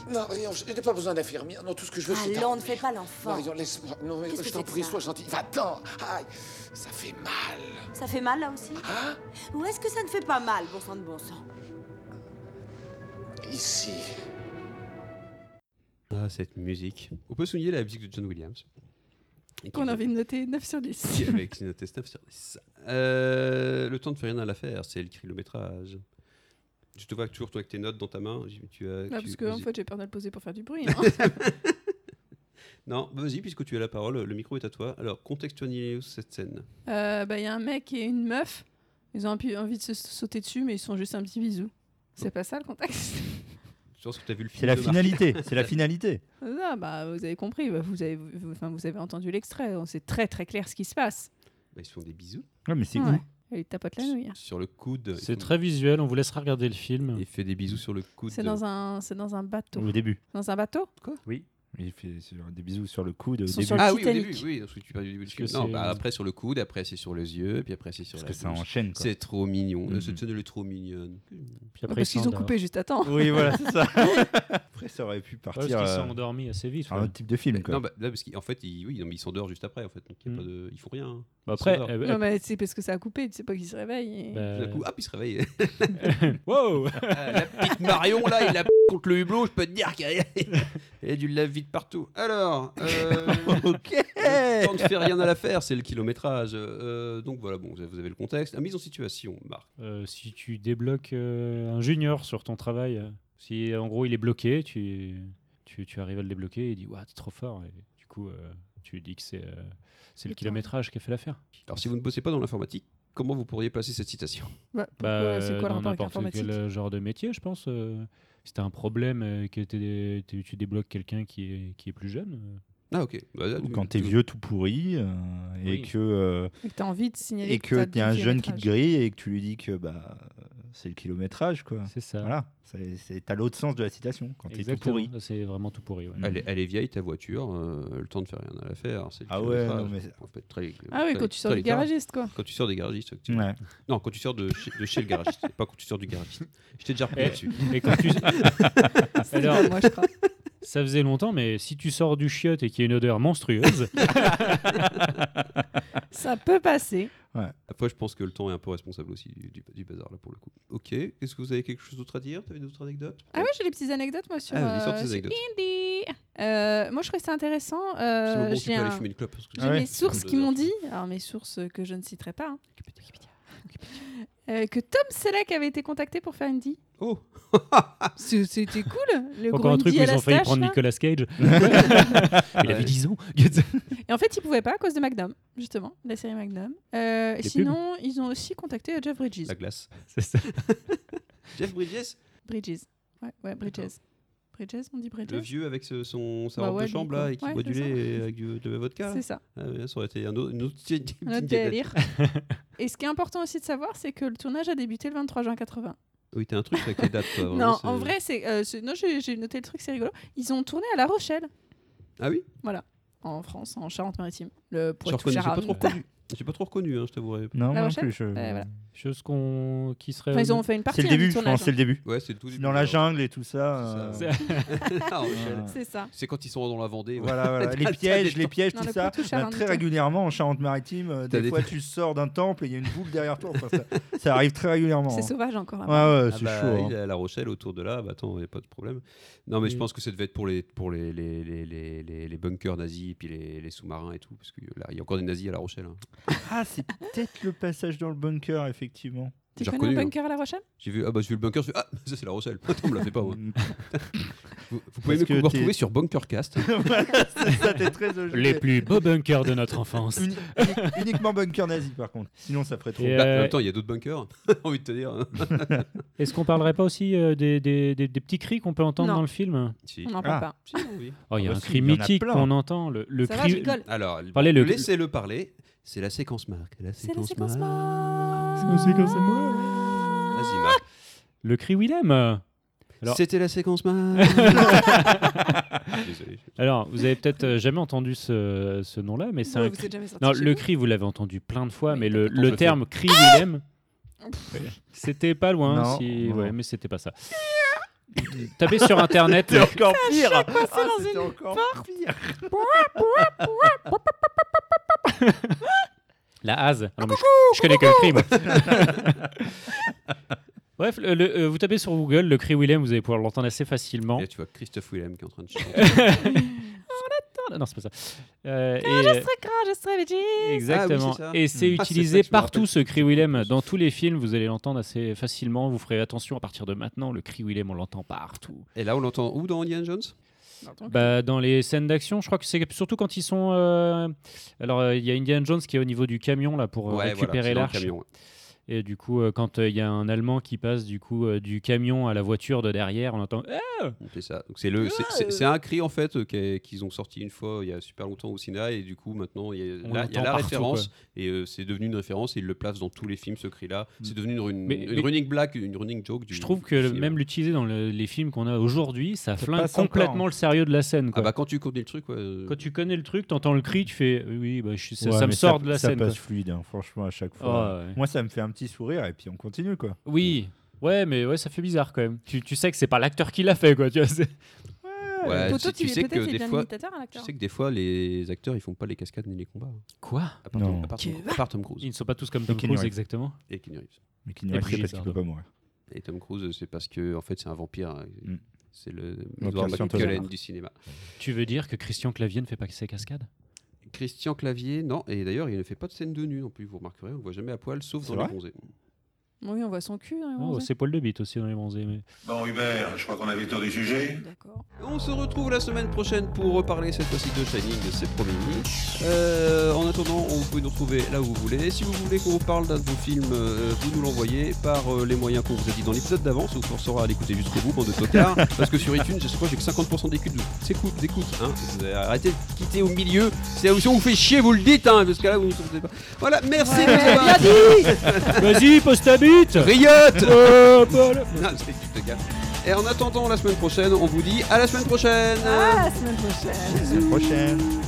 S2: Non, Ah, Marion, je je n'ai pas besoin d'infirmière. Non, tout ce que je veux, c'est.
S12: Allons, ne
S2: dormir.
S12: Ah, fais pas l'enfant.
S2: Marion, laisse-moi. Non, mais
S12: Qu'est-ce que
S2: je t'en
S12: c'est que
S2: prie,
S12: ça
S2: sois gentil. Va-t'en. Aïe, ça fait mal.
S12: Ça fait mal là aussi Ou est-ce que ça ne fait pas mal, bon sang de bon sang
S2: Ici.
S7: Ah, cette musique. On peut souligner la musique de John Williams. Et
S8: Qu'on
S7: qui-
S8: a envie de noter 9 sur 10.
S7: qui- Avec une note 9 sur 10. Euh, le temps ne fait rien à l'affaire, c'est le kilométrage. Je te vois toujours toi avec tes notes dans ta main. j'y- Tu as,
S8: Ah,
S7: tu-
S8: parce que en
S7: vas-y.
S8: fait, j'ai peur de le poser pour faire du bruit.
S7: Non, vas-y, puisque tu as la parole, le micro est à toi. Alors, contextualisez cette scène.
S8: Euh, bah, il y a un mec et une meuf. Ils ont un peu envie de se sauter dessus, mais ils sont juste un petit bisou.
S9: Oh.
S8: C'est pas ça le contexte
S7: Je pense que tu as vu le film.
S9: C'est la
S7: de
S9: finalité,
S7: Marc.
S9: c'est la finalité.
S8: Non, bah, vous avez compris. bah, vous, avez, vous, enfin, vous avez entendu l'extrait. on- C'est très très clair ce qui se passe.
S7: Bah, ils se font des bisous
S9: Ouais, mais c'est
S8: Ouais.
S9: où
S8: Et il tapote la nouille.
S7: sur le coude.
S10: C'est très visuel, on vous laissera regarder le film.
S7: Il fait des bisous sur le coude.
S8: C'est dans un, c'est dans un bateau.
S9: Au début.
S8: Dans un bateau Ah,
S9: Oui. Il fait sur- des bisous sur le coude au
S8: Ils sont
S9: début.
S8: sur le
S7: Ah oui, au
S8: Titanic.
S7: début, oui, parce que tu parles du début du
S10: que
S7: film. Non,
S10: c'est-
S7: bah, après sur le coude, après c'est sur les yeux, puis après c'est sur
S9: Parce
S7: la
S9: que ça
S7: bouche.
S9: enchaîne, quoi.
S7: C'est trop mignon.
S9: Mhm.
S7: Cette scène, elle est trop mignonne.
S10: Puis après,
S8: parce qu'ils ont
S10: s'endort.
S8: coupé juste à temps.
S9: Oui, voilà, c'est ça. Après, ça aurait pu
S10: Ouais, parce
S9: partir
S10: qu'ils
S9: euh,
S10: sont endormis assez vite.
S9: sur un
S10: ouais.
S9: autre type de film. Quoi.
S7: Non, bah, là, parce qu'en fait, ils, oui, non, mais ils s'endorment juste après, en fait. Donc, il y a
S10: Mhm.
S7: pas de... Ils font rien. hein. Ils
S10: Bah après,
S7: s'endorment.
S10: euh,
S8: Non, mais c'est parce que ça a coupé. Tu sais pas qu'ils se réveillent. et-
S10: bah,
S7: Tout d'un coup, hop, ils se réveillent.
S10: wow
S7: Ah, Euh. la petite Marion, là, il la p- contre le hublot, je peux te dire qu'il y a- il y a du lave-vite partout. Alors, euh,
S9: Ok.
S7: le temps ne fait rien à l'affaire, c'est le kilométrage. Euh, donc voilà, bon, vous avez vous avez le contexte. La mise en situation, Marc.
S10: Euh, si tu débloques euh, un junior sur ton travail, euh, si en gros il est bloqué, tu, tu, tu arrives à le débloquer et il dit Waouh, t'es trop fort. Et du coup, euh, tu dis que c'est euh, c'est le
S8: Le temps.
S10: kilométrage qui a fait l'affaire.
S7: Alors, si vous ne bossez pas dans l'informatique, comment vous pourriez placer cette citation
S8: Bah, pourquoi-
S9: euh,
S10: Bah,
S8: c'est quoi le
S10: dans
S8: rapport avec
S10: n'importe
S8: l'informatique
S10: quel euh, genre de métier, je pense. euh, si t'as un problème euh, que t'es- t'es- tu débloques quelqu'un qui est, qui est plus jeune, euh,
S7: Ah, ok. Bah, là,
S9: Ou
S7: tu-
S9: quand t'es
S7: tu-
S9: vieux tout pourri euh,
S10: Oui.
S9: et que euh,
S8: Et que t'as envie de signaler
S9: et que t'es un jeune qui te grille et que tu lui dis que bah euh, c'est le kilométrage quoi.
S10: c'est ça.
S9: Ah, Voilà, C'est- c'est- t'as l'autre sens de la citation quand t'es tout
S10: Exactement.
S9: pourri.
S10: C'est vraiment tout pourri. ouais.
S9: Mm.
S7: Elle est, elle est vieille ta voiture, euh, le temps de faire rien à la faire. c'est le
S9: Ah ouais,
S7: kilométrage.
S9: non, mais c'est-
S7: En fait, très-
S8: Ah oui,
S7: très-
S8: quand tu sors
S7: très
S8: du
S7: littéral.
S8: garagiste, quoi.
S7: Quand tu sors des garagistes. tu-
S9: Ouais.
S7: Non, quand tu sors de chez, de chez le garagiste, pas quand tu sors du garagiste. Je t'ai déjà repris
S10: Eh.
S7: là-dessus.
S10: Et quand tu-
S8: C'est
S10: Alors-
S8: pas moi, je crois.
S10: Ça faisait longtemps, mais si tu sors du chiotte et qu'il y a une odeur monstrueuse,
S8: Ça peut passer.
S7: Après, je pense que le temps est un peu responsable aussi du, du- du bazar, là, pour le coup. Ok, est-ce que vous avez quelque chose d'autre à dire T'avais d'autres anecdotes
S8: Ah ouais, j'ai des petites anecdotes, moi, sur,
S7: Ah, vas-y, sors tes
S8: euh, sur
S7: anecdotes.
S8: Indie. Euh, moi, je trouvais ça intéressant.
S7: C'est le
S8: Euh,
S7: moment où tu
S8: j'ai
S7: peux
S8: un-
S7: aller fumer une clope. parce que
S8: j'ai
S7: c'est-
S9: ouais.
S8: mes sources
S7: c'est
S8: qui m'ont
S7: deux heures.
S8: dit, alors mes sources euh, que je ne citerai pas, hein, euh, que Tom Selleck avait été contacté pour faire Indy.
S7: Oh
S8: C'est- C'était cool. Le gros
S10: encore un truc où
S8: Indy à
S10: ils
S8: la
S10: ont failli
S8: stache,
S10: prendre
S8: là.
S10: Nicolas Cage. Il avait 10 ans.
S8: Et en fait, ils pouvaient pas à cause de Magnum, justement, la série Magnum. Euh,
S10: Les
S8: sinon, ils ont aussi contacté Jeff Bridges.
S7: La glace.
S10: C'est ça.
S7: Jeff Bridges
S8: Bridges. Ouais, ouais, Bridges. Bridges, on dit
S7: Le
S8: Bridges.
S7: vieux avec ce- son, sa
S8: Bah
S7: robe
S8: ouais,
S7: de chambre,
S8: lui,
S7: là,
S8: quoi.
S7: et qui
S8: Ouais,
S7: boit
S8: c'est
S7: du
S8: ça.
S7: lait avec du- de la vodka. là.
S8: C'est ça.
S7: Ah, ouais, ça aurait été un autre, une autre, une petite
S8: Notre
S7: anecdote.
S8: délire. Et ce qui est important aussi de savoir, c'est que le tournage a débuté le 23 juin 80.
S7: Oui, t'as un truc avec les dates, toi. vraiment,
S8: non,
S7: Bah c'est-
S8: en vrai, c'est. euh, c'est- non, j'ai j'ai noté le truc, c'est rigolo. Ils ont tourné à La Rochelle.
S7: Ah oui
S8: Voilà. en France, en Charente-Maritime. Le
S7: Je reconnais- J'ai pas trop
S8: Poitou-Charentes.
S7: reconnu, J'ai pas trop reconnu, hein, je t'avouerai.
S9: Non, moi
S8: La
S9: non
S8: Rochelle
S9: plus. Je...
S8: Ouais, voilà.
S10: Chose qu'on qui serait.
S8: Enfin, ils ont fait une partie,
S9: C'est le
S8: hein, du
S9: début, je
S8: tournage,
S9: pense, c'est
S8: hein.
S9: le début.
S7: Ouais, c'est le tout début,
S9: Dans la
S7: ouais.
S9: jungle et tout ça.
S7: C'est
S9: euh,
S7: ça. Ah, ouais,
S9: Voilà.
S8: C'est ça.
S7: C'est quand ils sont dans la Vendée. ouais.
S9: Voilà, voilà.
S7: T'as-
S9: les
S7: t'as
S9: pièges,
S7: des
S9: les
S7: temps-
S9: pièges,
S8: Non,
S9: tout
S8: le
S9: ça.
S8: Poitou
S9: Bah,
S8: Charentes.
S9: très régulièrement en Charente-Maritime, euh,
S7: T'as
S9: des
S7: des-
S9: fois tu sors d'un temple et il y a une boule derrière toi. Enfin, ça, ça arrive très régulièrement.
S8: C'est
S9: hein.
S8: sauvage encore.
S9: Ouais,
S8: là-bas.
S9: ouais,
S7: Ah
S9: c'est
S7: bah,
S9: chaud. hein.
S7: Il est à La Rochelle, autour de là, bah attends, il n'y a pas de problème. Non, mais je
S10: Mm.
S7: pense que ça devait être pour les, pour les, les, les, les, les- les bunkers nazis et puis les, les sous-marins et tout, parce que là, il y a encore des nazis à La Rochelle. hein.
S9: Ah, c'est peut-être le passage dans le bunker, effectivement.
S8: Tu
S7: J'ai
S8: connais
S7: reconnu,
S8: un
S7: hein.
S8: bunker à La Rochelle
S7: J'ai vu, ah bah, j'ai vu le bunker, je fais, ah, ça c'est La Rochelle. Attends, me la fais pas, moi.
S9: Mm.
S7: Vous, vous pouvez
S9: Parce
S7: me
S9: que
S7: me
S9: t'es-
S7: retrouver sur Bunkercast.
S9: Voilà, c'est ça, t'es très obligé.
S10: Les plus beaux bunkers de notre enfance.
S9: Uni- uni- uniquement bunker nazi, par contre. Sinon, ça ferait trop.
S10: Et,
S7: Bah,
S10: euh,
S7: en même temps, il y a d'autres bunkers, envie de te dire. hein.
S10: Est-ce qu'on parlerait pas aussi euh, des, des- des- des petits cris qu'on peut entendre
S8: Non.
S10: dans le film
S7: Si.
S8: On n'en parle
S9: Ah.
S8: pas.
S7: Si, oui.
S10: Oh, il y a
S9: Ah bah
S10: un
S9: si,
S10: cri
S9: il y en a
S10: mythique
S9: plein.
S10: qu'on entend. Le, le
S8: Ça va, je
S10: cri.
S8: rigole.
S7: Alors,
S10: Parlez le-
S7: laissez-le parler. C'est la séquence marque. La
S8: C'est la
S7: séquence
S8: séquence
S7: marque.
S8: marque.
S7: Vas-y, Marc.
S10: le cri Willem. euh. Alors-
S7: C'était la séquence marque. Désolé.
S10: Alors, vous avez peut-être euh, jamais entendu ce, ce nom-là, mais c'est
S8: Bon,
S10: un
S8: vous
S10: cri.
S8: êtes jamais sorti
S10: Non,
S8: chez
S10: le
S8: vous.
S10: cri, vous l'avez entendu plein de fois,
S8: Oui, Ah
S10: mais le,
S7: attends,
S10: le
S7: je
S10: terme cri Willem, c'était pas loin,
S9: Non,
S10: si...
S9: non.
S10: ouais, mais c'était pas ça. Tapez sur internet. le-
S9: encore pire.
S8: Ah, dans c'était une
S9: encore pire.
S10: La hase. Non, mais je, je connais que le cri, moi. Bref, le- le- euh, vous tapez sur Google le cri Willem, vous allez pouvoir l'entendre assez facilement.
S7: Et Là, tu vois Christophe Willem qui est en train de chanter.
S10: Attends, non, c'est pas ça. Euh, et-
S8: Très grand, Ah, je serais bêtise.
S10: Exactement.
S7: Ah c'est ça.
S10: et c'est
S7: Ah,
S10: utilisé
S7: c'est ça que je me
S10: partout
S7: rappelle.
S10: ce cri Willem. Dans tous les films, vous allez l'entendre assez facilement. Vous ferez attention à partir de maintenant. Le cri Willem, on l'entend partout.
S7: Et là, on l'entend où dans Indiana Jones
S8: Pardon.
S10: Bah, dans les scènes d'action, je crois que c'est surtout quand ils sont. euh, Alors, euh, il y a Indiana Jones qui est au niveau du camion là pour euh,
S7: Ouais, voilà,
S10: récupérer
S7: c'est dans le
S10: l'arche.
S7: camion, ouais.
S10: Et du coup, euh, quand euh, il y a un Allemand qui passe du coup euh, du camion à la voiture de derrière, on entend. Eh
S7: Donc, C'est ça. Donc, c'est le, c'est- c'est- c'est un cri en fait euh, qu'est- qu'ils ont sorti une fois il y a super longtemps au cinéma et du coup maintenant il y a,
S10: On
S7: là, il y a
S10: l'entend
S7: la
S10: partout,
S7: référence et euh, c'est devenu une référence et ils le placent dans tous les films ce cri-là. C'est devenu une, une,
S10: Mm. Mais-
S7: une
S10: mais-
S7: running black, une running joke. Du,
S10: Je trouve
S7: du
S10: que
S7: cinéma.
S10: même l'utiliser dans le- les films qu'on a aujourd'hui, ça
S9: Ça
S10: flingue
S9: passe encore,
S10: complètement
S9: hein.
S10: le sérieux de la scène.
S7: Ah
S10: quoi.
S7: bah quand tu connais le truc, ouais, euh,
S10: Quand tu connais le truc, t'entends le cri, tu fais oui, oui, bah, je suis- ça,
S9: Ouais,
S10: ça me
S9: mais
S10: sort de la
S9: ça
S10: scène.
S9: passe
S10: quoi.
S9: fluide, hein, franchement, à chaque fois.
S10: Ah, ouais.
S9: Moi, ça me fait un petit sourire et puis on continue, quoi.
S10: Oui, ouais, mais ouais, ça fait bizarre quand même. Tu, tu sais que c'est pas l'acteur qui l'a fait, quoi. Tu vois, c'est-
S7: ouais,
S8: Poto,
S7: tu, tu sais que des fois,
S8: imitateur à
S7: tu
S8: l'acteur.
S7: sais que des fois les acteurs ils font pas les cascades ni les combats. hein.
S10: Quoi
S7: À part,
S9: Non.
S7: Tom, à part Tom- à part Tom Cruise
S10: Ils ne sont pas tous comme Tom
S9: Keanu
S10: Cruise
S9: Reeves.
S10: exactement.
S7: et Keanu Reeves.
S9: Mais qui
S10: Et
S9: nous
S10: Brigitte,
S9: parce qu'il peut
S10: pardon.
S9: pas mourir.
S7: Et Tom Cruise c'est parce que en fait c'est un vampire. hein.
S9: Mm.
S7: C'est le
S9: Vampire
S7: Edward
S9: scientologue.
S7: McKellen du cinéma.
S10: Tu veux dire que Christian Clavier ne fait pas que ses cascades
S7: Christian Clavier, non, et d'ailleurs il ne fait pas de scène de nu non plus, vous remarquerez, on ne voit jamais à poil sauf
S9: C'est
S7: dans les
S9: vrai
S7: bronzés.
S8: Bon, oui, on voit son cul.
S7: Ah,
S8: hein,
S10: Oh,
S8: on sait.
S10: C'est poil de bite aussi dans les bronzés. Mais...
S5: Bon, Hubert, je crois qu'on avait tour du sujet.
S8: D'accord.
S7: On se retrouve la semaine prochaine pour reparler cette fois-ci de Shining, c'est promis. Euh, en attendant, on peut nous retrouver là où vous voulez. Si vous voulez qu'on vous parle d'un de vos films, euh, vous nous l'envoyez par euh, les moyens qu'on vous a dit dans l'épisode d'avance. On vous forcera à l'écouter jusqu'au bout, bande de tocards. parce que sur iTunes, je crois que j'ai que 50% d'écoute, d'écoute, d'écoute. Hein. Vous avez arrêté de quitter au milieu. C'est la on vous fait chier, vous le dites, hein, parce que là, vous ne comprenez pas. Voilà, merci de nous avoir-
S10: Vas-y, poste ta bite
S7: Riotte
S10: Oh, voilà.
S7: Non, c'est- je te gaffe. Et en attendant la semaine prochaine, on vous dit à la semaine prochaine
S3: Ah, la semaine prochaine.
S9: À la prochaine.